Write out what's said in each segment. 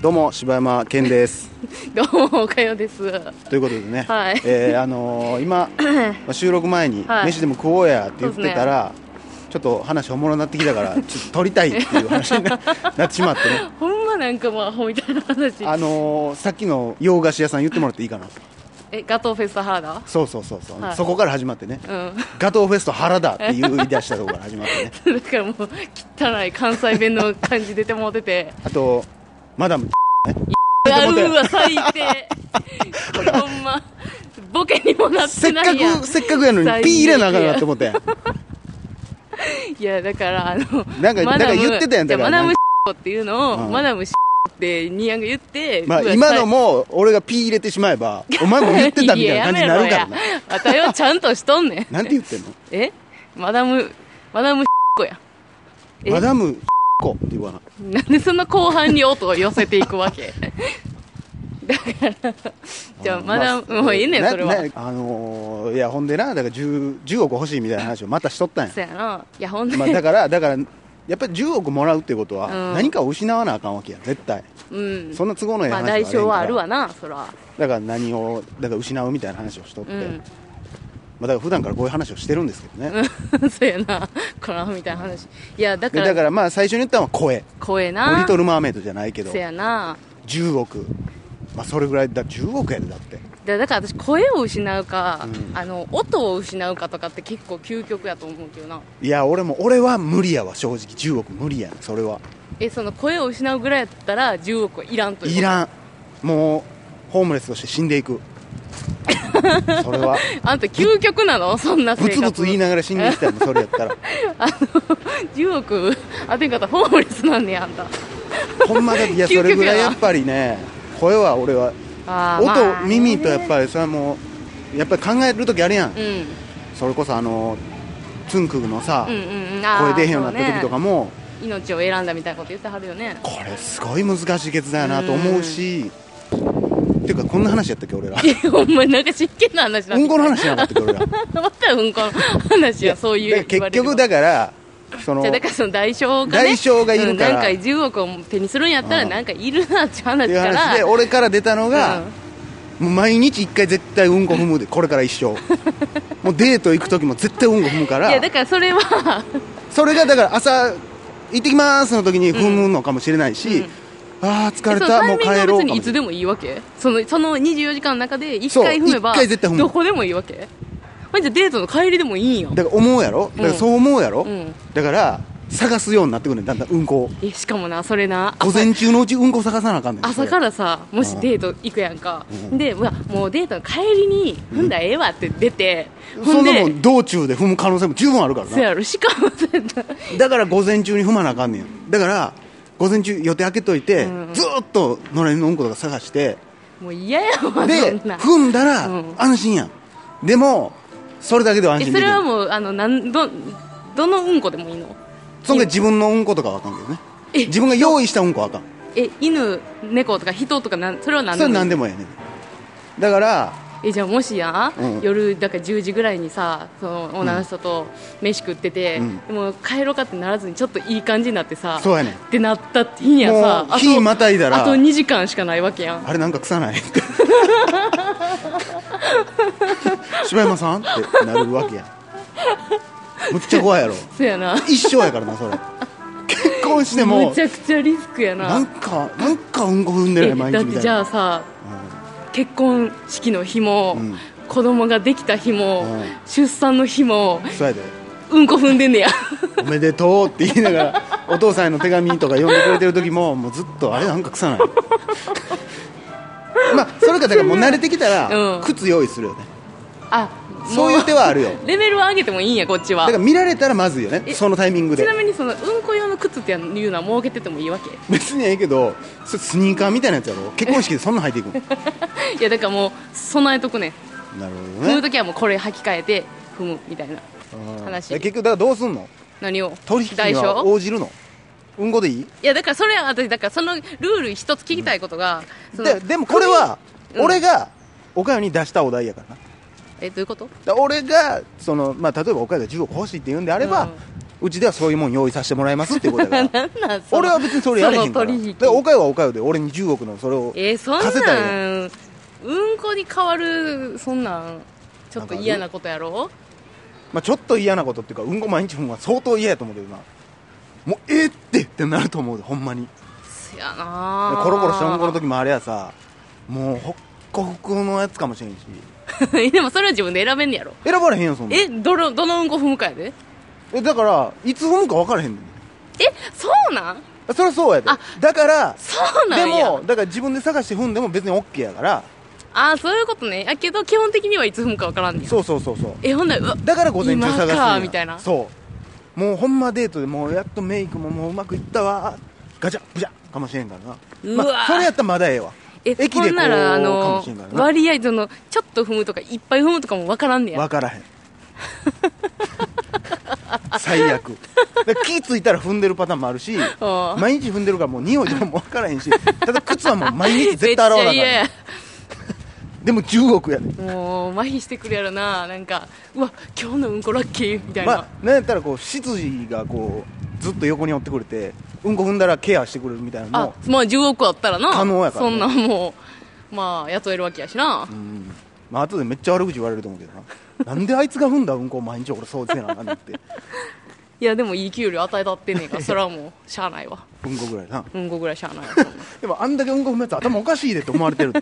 どうも柴山健 です。どうも、おかよです。ということでね、はいえーあのー 今まあ収録前にはい飯でも食おうやって言ってたら、ちょっと話おもろになってきたからちょっと撮りたいっていう話にななっちまって ね。ほんまなんかもうアホみたいな話。あのーさっきの洋菓子屋さん言ってもらっていいかなえ、ガトーフェスタハーダそうそうそうそう、はいそこから始まってねうん。ガトーフェスト原だって言い出したとこから始ま ってねだからもう、汚い関西弁の感じ出てもうてて。あとマ ダムあるわ、最低。ほんま、ボケにもなっせてっなかいやんく。せっかくやのに最低ピー入れなあかんなって思 っていや、だから、あの、なんかマダムなんか言ってたやんだからいマダムなんっていうのを、うんマダムってニヤンが言って、まあうわ今のも俺がピー入れてしまえばお前も言ってたみたいな感じに なるからなややめろやあたいはちゃんとしとんねん。なんて言ってんのえマダム、マダムや。えマダム 子って言わななんでそんな後半に音を寄せていくわ けだから、 じゃあ、まだ、もういいねん、なそれは。なあのーいやほんでなだから 10, 10億欲しいみたいな話をまたしとったんやそ、うやな。いや、ほんで、まあ、だからだからやっぱり10億もらうってことはうん何かを失わなあかんわけや絶対うん。そんな都合のいいま話あ、はあれ代へんから償はあるわな、そら。だから何をだから失うみたいな話をしとって、うまん。あ、だから普段からこういう話をしてるんですけどね、 そうやな。こら、みたいな話。いや、だか、でだかららまあ最初に言ったのは声怖えもうな。リトル・マーメイドじゃないけどそうやな。 10億、まあ、それぐらいだ10億やでだってだだから私、声を失うか、うんあの、音を失うかとかって結構究極やと思うけどな。いや俺も俺は無理やわ正直10億無理やなそれはえ、その声を失うぐらいやったら、10億はいらんということ。いらんもうホームレスとして死んでい くそれはあんた究極なのそんな生ブ活ツブツ言いながら死んでいきた いもんそれやったらあの10億当てんかったらホームレスなんねやあんたほんまだっていやそ究極やなれぐらいやっぱりね声は俺はあ音、耳とやっぱりそれはもうやっぱり考える時あるやん、り、うん、それこそあのツンクグのさ、うんうんうん声出へんようになった時とかも、も、そうね命を選んだみたいなこと言ってはるよねこれすごい難しい決断やなと思うし、っていうかこんな話やったっけ俺らえほんまなんか真剣な話なうんこの話話やなかったっけ俺らまたうんこの話や そういうだから結局だかからそのじゃあだからその代償がね代償がいるからうん、なんか10億を手にするんやったらうんなんかいるなってって話いうから話で俺から出たのが、うんもう毎日一回絶対うんこ踏むでこれから一 生もうデート行く時も絶対うんこ踏むからいやだからそれはそれがだから朝行ってきますの時に踏むのかもしれないし、うんああ疲それのたタもイうミング帰はろうか別もにしれいつないでもいいわけそのその24時間の中で1そう回踏めば一回絶対踏むどこでもいいわけほんじゃデートの帰りでもいいんよだから思うやろだからそう思うやろ、うんだから探すようになってくるねんだんだんうんこをえしかもなそれな午前中のうちうんこ探さなあかんねん朝からさもしうんデート行くやんか、うんでうわもうデートの帰りに踏んだらええわって出て、ほそんんなでもん道中で踏む可能性も十分あるからそなやろしかもさだから午前中に踏まなあかんねんだから午前中予定開けといて、うんずーっと野良犬のうんことか探してもう嫌やわでそんな踏んだらうん安心やん、でもそれだけでは安え心そできれなはいもうあのなんどどのうんこでもいいのそんで自分のうんことかはあかんけどねえ自分が用意したうんこはあかんえ犬猫とか人とかなんそれは何それでもいい何でもええねんだからえじゃあもしや、うん夜だから10時ぐらいにさその女の人と飯食ってて、うんでも帰ろうかってならずにちょっといい感じになってさそうやねんってなったっていいんやさもう日またいだらあと2時間しかないわけやんあれなんか臭ないって 柴山さんってなるわけやむっちゃ怖いやろそうやな一生やからなそれ結婚してもむちゃくちゃリスクやななんかなんかうんこ踏んでなえい毎だっ日みてたいじゃなあさ結婚式の日も、うん子供ができた日も、うん出産の日もうんそうやでうんこ踏んで んねやおめでとうって言いながらお父さんへの手紙とか読んでくれてる時ももうずっとあれなんか臭ないまあそれかだからもう慣れてきたらうん靴用意するよねあもそういう手はあるよレベルは上げてもいいんやこっちはだから見られたらまずいよねえそのタイミングちでなみにそのうんこ用の靴っていうのは設けててもいいわけ 別にええけどそれスニーカーみたいなやつやろ結婚式でそんなん履いていくのいやだからもう備えとくねなるほ踏どむね時はもうこれ履き替えて踏むみたいなうん話え結局だからどうすんの何を取引代には償応じるのうんこでいいいやだからそれは私だからそのルール一つ聞きたいことが、そのででもこれはうん俺がおかよに出したお題やからなえどういうこと だから俺がその、まあ、例えばおかよが10億欲しいって言うんであれば、うんうちではそういうもん用意させてもらいますっていうことだからなん その俺は別にそれやれへんからその取引でおかよはおかよで俺に10億のそれをえー、そん貸せたらなんうんこに変わるそんなんちょっと嫌なことやろまあ、ちょっと嫌なことっていうかうんこ毎日踏むのは相当嫌やと思うけどなもうえーってってなると思うでほんまにそやなコロコロしたうんこの時もあれやさもうほっこふくのやつかもしれんし時 でもそれは自分で選べんねやろ選ばれへんよそんなんえどのどのうんこ踏むかやでえだからいつ踏むか分からへんねんえそうなんそりゃそうやであだからそうなでんやもだから自分で探して踏んでも別に OK やからああそういうことねやけど基本的にはいつ踏むかわからんねやそうそうそうそうえほんならうわだから午前中探すんや今かみたいなそうもうほんまデートでもうやっとメイクももううまくいったわガチャブチャかもしれんからなうわまあそれやったらまだええわえ駅ほでんならあこうかものしれんからな割合そのちょっと踏むとかいっぱい踏むとかもわからんねや分からへん最悪で気付いたら踏んでるパターンもあるしあー毎日踏んでるからもう匂いとかも分からへんしただ靴はもう毎日絶対洗わな めっちゃ嫌あやかんでも10億やでもう麻痺してくるやろななんかうわ今日のうんこラッキーみたいな、まあ、なんやったらこう執事がこうずっと横におってくれてうんこ踏んだらケアしてくれるみたいなのあもまあ10億あったらな可能やからそねんなんもうまあ雇えるわけやしな、うんまあ後でめっちゃ悪口言われると思うけどななんであいつが踏んだうんこを毎日俺そうせなあかんねんっていやでもいい給料与えたってんねんからそれはもうしゃあないわうんこぐらいなうんこぐらいしゃあないわそんなでもあんだけうんこ踏むやつ頭おかしいでって思われてる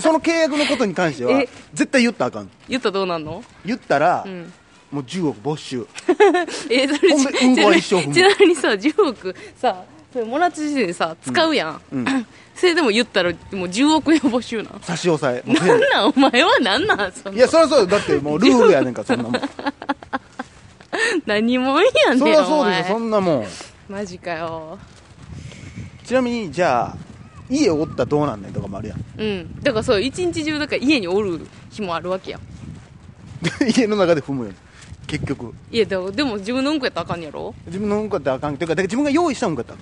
その契約のことに関してはえ絶対言ったらあかん言ったらどうなんの言ったら、んもう10億没収えそれほんでうんこは一生踏むちなみにさ10億さそれもらった時点でさ使うやん、うんそれでも言ったらもう10億円募集なん差し押さえもうなんなんお前はなんなんそいのやそりゃそうよだってもうルールやねんからそんなもん何もんやねんそりゃそうおで前しょそんなもんマジかよちなみにじゃあ家おったらどうなんねんとかもあるやんうんだからそう一日中だから家におる日もあるわけやん 家の中で踏むよ結局いやでもでも自分のうんこやったらあかんやろ自分のうんこやったらあかんというかだから自分が用意したうんこやったら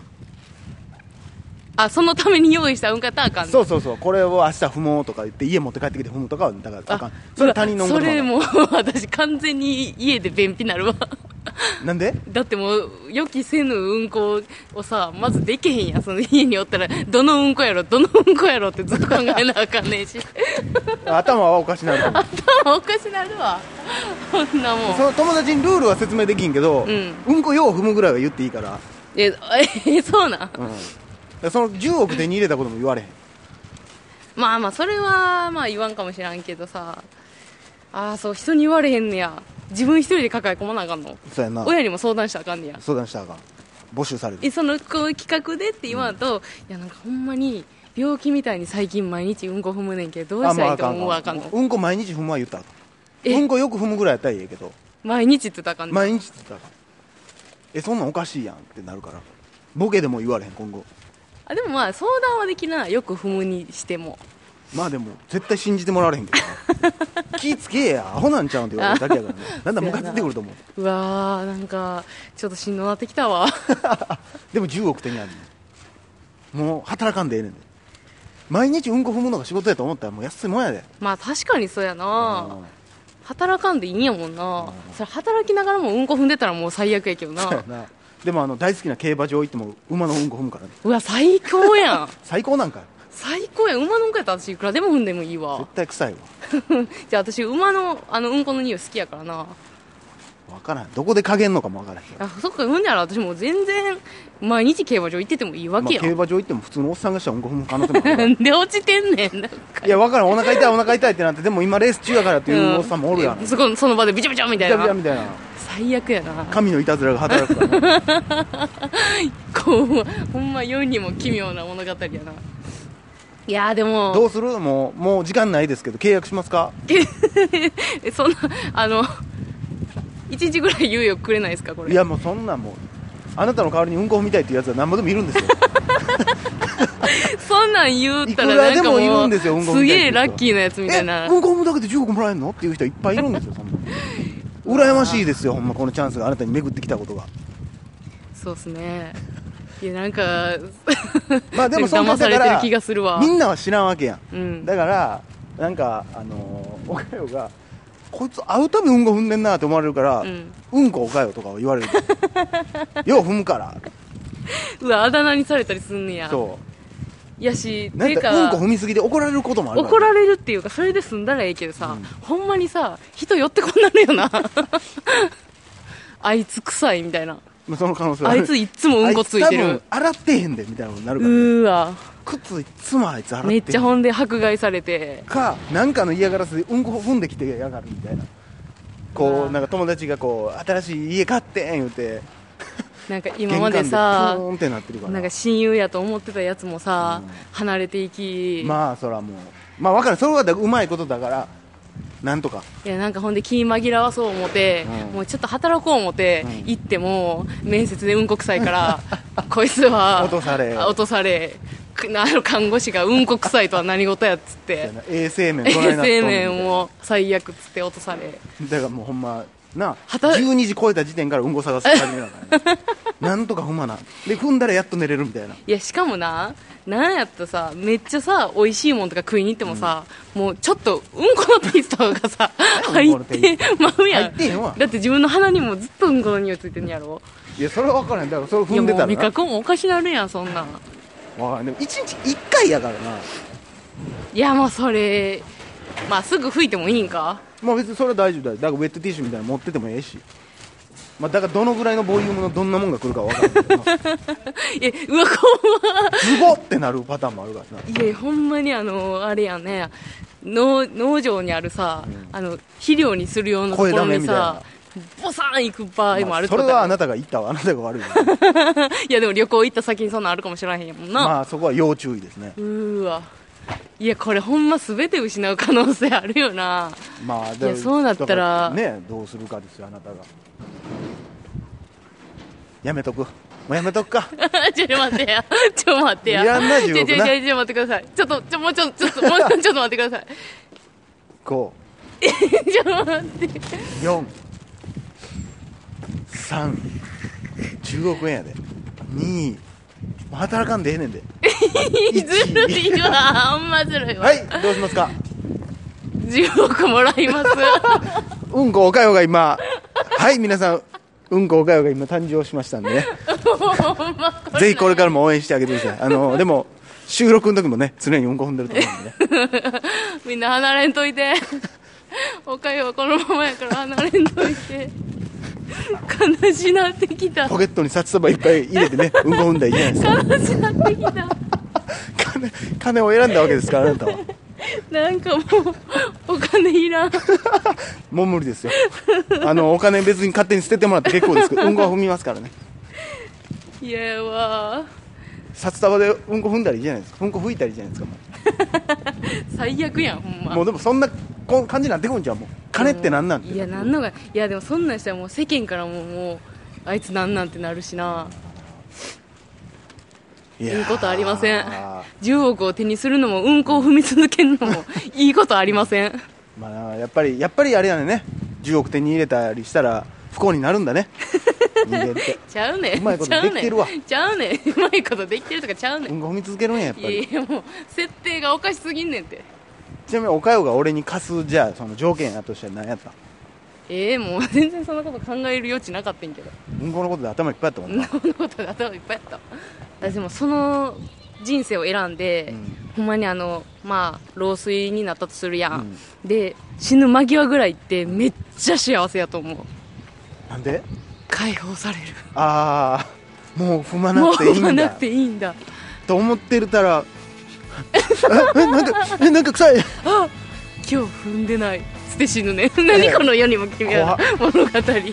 ああそのために用意したうんこやったらあかかんんねそうそうそうこれを明日踏もうとか言って家持って帰ってきて踏むとかはだからあかんそれは他人のうんこそとかれももう私完全に家で便秘なるわなんでだってもう予期せぬうんこをさまずできへんやんその家におったらどのうんこやろどのうんこやろってずっと考えなあかんねんし頭はおかしなると思 うおかしなるわこんなもんその友達にルールは説明できんけど、うんこよう踏むぐらいは言っていいから,、ええそうなんうん、だからその10億手に入れたことも言われへんまあまあそれはまあ言わんかもしらんけどさああそう人に言われへんねや自分一人で抱え込まなあかんのそうやな親にも相談したらあかんねや相談したらあかん募集されるえそのこういう企画でって言わんと、いやなんかほんまに病気みたいに最近毎日うんこ踏むねんけどどうしたらいいと思うわあかんのうんこ毎日踏むは言ったらあかんえうんこよく踏むぐらいやったらいいけど毎日って言ったらあかんねん毎日って言ったらあかんえそんなんおかしいやんってなるからボケでも言われへん今後あでもまあ相談はできないよく踏むにしてもまあでも絶対信じてもらわれへんけど な気ぃつけやアホなんちゃうんって言われるだけやからねなんだムカついてくると思ううわーなんかちょっとしんどなってき たわでも10億手にあるもう働かんでええねんで毎日うんこ踏むのが仕事やと思ったらもう安いもんやでまあ確かにそうやな、うん働かんでいいんやもんな、それ働きながらもうんこ踏んでたらもう最悪やけどそうや ななでもあの大好きな競馬場行っても馬のうんこ踏むからねうわ最高やん最高なんかよ最高やん馬のうんこやったら私いくらでも踏んでもいいわ 絶対臭いわじゃあ私馬のあのうんこの匂い好きやからな分からんどこで加減のかも分からへんけどあそっか踏んだら私もう全然毎日競馬場行っててもいいわまあけや競ん、馬場行っても普通のおっさんがしたらうんこ踏む可能性もあるから なんで落ちてんねんなんかいや分からんお腹痛いお腹痛いってなってでも今レース中やからっていうおっさんもおるやん、そこその場でビチャビチャみビたチャいビチャなみたいな最悪やな神のいたずらが働く から、ね、こうほんま世にも奇妙な物語やないやーでもどうするもうもう時間ないですけど契約しますかえそんなあの1日ぐらい猶予くれないですかこれいやもうそんなんもうあなたの代わりにうんこ踏みたいっていうやつは何ぼでもいるんですよそんなん言ったらいくらなでんかももういるんですようんこみたいな人げえラッキーなや つみたいなえうんこ踏むだけで10億もらえるのっていう人いっぱいいるんですよそん なん羨ましいですよほんまこのチャンスがあなたに巡ってきたことがそうっすねいやなんかまあ でもそんな騙ださかれてるら気がするわみんなは知らんわけやんうんだからなんかあのー、おかよがこいつ会うたびうんこ踏んでんなって思われるから、ううんん、こおかよとかは言われる よう踏むからうわあだ名にされたりすんねやそやしうなてんいうかうんかこ踏みすぎで怒られることもある怒かられるっていうかそれで済んだらええけどさ、ほんまにさ人寄ってこんなるよな あいつ臭いみたいならその可能性はあるいついっつもうんこついてあいつ多分る洗ってへんでみたいなことになるうから、ね、ーわ靴いつもあいつ洗ってへんめっちゃほんで迫害されてかなんかの嫌がらせでうんこ踏んできてやがるみたいなこあうーなんか友達がこう新しい家買ってん言うてなんか玄今ま関ででさプーンってなってるからなんか親友やと思ってたやつもさ、離れていき、まあそらもうまあ分かるそれはだうまいことだからなんとかいやなんかほんで気紛らわそう思って、うんもうちょっと働こう思って、うん行っても面接でうんこ臭いから こいつは落とされあ落とされくあの看護師がうんこ臭いとは何事やっつっそうやてな衛生面衛取られな生とん面ねんを最悪っつって落とされだからもうほんまな働12時超えた時点からうんこ探す始 めなあからねなんとか踏まなで踏んだらやっと寝れるみたいないやしかもななんやったらさめっちゃさ美味しいもんとか食いに行ってもさ、もうちょっとうんこのテイストがさ何や入っねんてまうやん入ってへんわだって自分の鼻にもずっとうんこの匂いついてんやろいやそれは分からへんだからそれい踏やんでもたうら味な覚もおかしなるやんそんなん分からんでも1日1回やからないやもうそれまあすぐ吹いてもいいんか まあ別にそれは大丈夫だよだからウェットティッシュみたいなの持っててもええし、まあ、だからどのぐらいのボリュームのどんなもんが来るか分からんけどなえうわこズボってなるパターンもあるからなんまいやほんまにあのあれやね農農場にあるさ、あの肥料にするようなとこ声だろめにみたいなさボサーン行く場合もあるってそこれとやはろあなたが言ったわあなたが 悪いわいやでも旅行行った先にそんなんあるかもしれへんやもんな、まあそこは要注意ですねうーわいやこれほんま全て失う可能性あるよな まあだからいやそうなったらだからねどうするかですよあなたがやめとくもうやめとくかちょっと待ってや。ちょっと待ってや。いらんなちょちょち16ょなちょ待ってください。ちょっと、ちょ、もうちょっ と、ちょっと、もうちょっと待ってください。こちょっと待って。う4310億円やで2もう働かんでええねんでずるいわ。あんまずるいわ。はいどうしますか10億もら います。うんこおかよが今、はい、皆さん、うんこおかよが今誕生しましたんで ね、ほんまこぜれひこれからも応援してあげてください。あの、でも、収録の時もね、常にうんこ踏んでると思うんでね。みんな離れんとい て。おかよはこのままやから離れんといて。悲しなってきた。ポケットに札束いっぱい入れ てね、うんこ踏んだらいいじゃないです悲しなってきた。か。金、金を選んだわけですから、あなたは。なんかもう、お金いらん。もう無理ですよ。あの、お金別に勝手に捨ててもらって結構です けど、うんこは踏みますからね。いやわ。札束でうんこ踏んだらいいじゃないですか。うんこ吹いたらいいじゃないですか。も最悪やん、ほんまう。もうでもそんなこ感じになってくんじゃん、もう。金ってなんなんて。いやなんのがいやでもそんなんしたらもう世間からももうあいつなんなんてなるしないいやーいことありません10億を手にするのも運行を踏み続けるのもいいことありませんまあ、やっぱり、やっぱりあれやね、10億手に入れたりしたら不幸になるんだ ね、人間って。ちゃうねんうまいことちゃうでねきてるわんちゃうねんうまいことできてるとかちゃうねうんんこ踏み続けるんや、やっぱいやり。いやもう設定がおかしすぎんねんってちなみに、おかよが俺に貸す、じゃあ、その条件やとしたら何やったええもう全然そんなこと考える余地なかったんやけどうんこのことで頭いっぱいあったもんな。そんなことで頭いっぱいあった私もその人生を選んで、うんほんまにあのまあ老衰になったとするやん、うで死ぬ間際ぐらいってめっちゃ幸せやと思うなんで解放されるああ、もう踏まもなうくていい産まんなだく。ていいんだと思ってるた ら、え、えなんか、え、なんか臭い。あ今日踏んでないつって死ぬね何この世にも君は物語みたい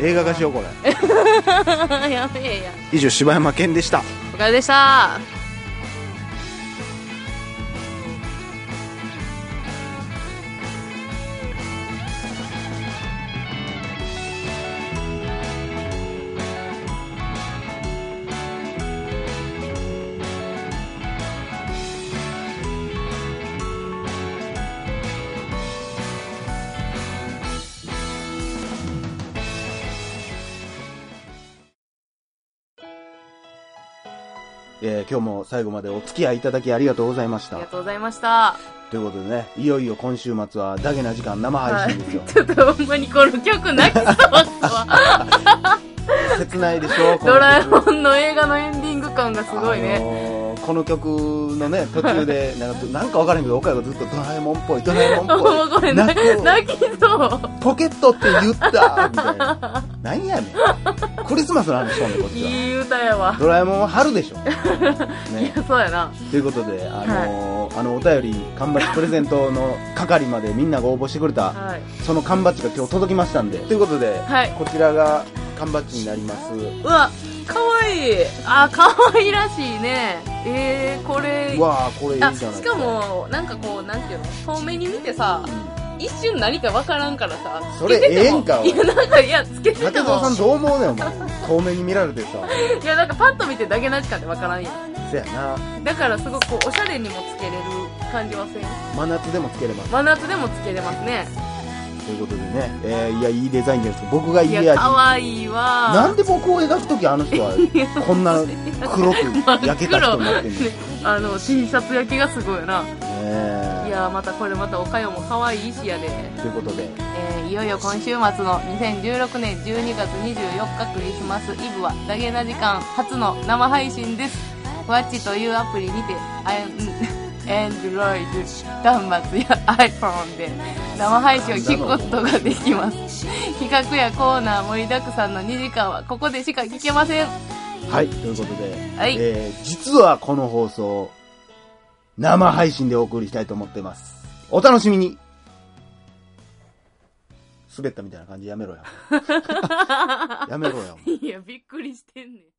映画化しよう、これ。な やべえや以上、柴山健でした。お疲れでしたえー今日も最後までお付き合いいただきありがとうございましあたりが。とうございましたということでねいよいよ今週末はダゲな時間生は配い信ですよ、 ちょっとほんまにこの曲泣きそうっすわ切ないでしょこの曲ドラえもんの映画のエンディング感がすごいあね、のーこの曲のね途中でなんかなんか分からんけど岡山がずっとドラえもんっぽいドラえ もんっほんぽまいこれ泣く泣泣きそうポケットって言ったみたいな何やねんクリスマスの話しとんねんこっちはいい歌やわドラえもんは春 でしょ、いねや、そうやなということで、あのーあのお便り缶バッジプレゼントの係までみんなが応募してくれたはいその缶バッジが今日届きましたんでということで、はいこちらが缶バッジになりますうわかわいいあかわいらしいねえー、これうわあこれいいじゃなあいしかもなんかこうなんていうの遠目に見てさ一瞬何かわからんからさそれつけてもええんかおいいやなんかいやつけて竹て蔵もさんどう思うねんお前遠目に見られてさいやなんかパッと見てだけな時間でわからんやんせやなだからすごくこうおしゃれにもつけれる感じはせん真夏でもつけれます真夏でもつけれますねということでね、えーいやいいデザインです僕がいいい味やかわいいわなんで僕を描く時あの人はこんな黒く焼けた人になってんの、ね真っ黒あの T シャツ焼きがすごいよなえいやまたこれまたおかよも可愛いしやで、ということでえーいよいよ今週末の2016年12月24日クリスマスイブはダゲな時間初の生配信ですワッチというアプリにてあん Android 端末や iPhone で生配信を聞くことができます企画やコーナー盛りだくさんの2時間はここでしか聞けませんはいということで、はいえー実はこの放送生配信でお送りしたいと思ってますお楽しみに滑ったみたいな感じやめろややめろやいやびっくりしてんねん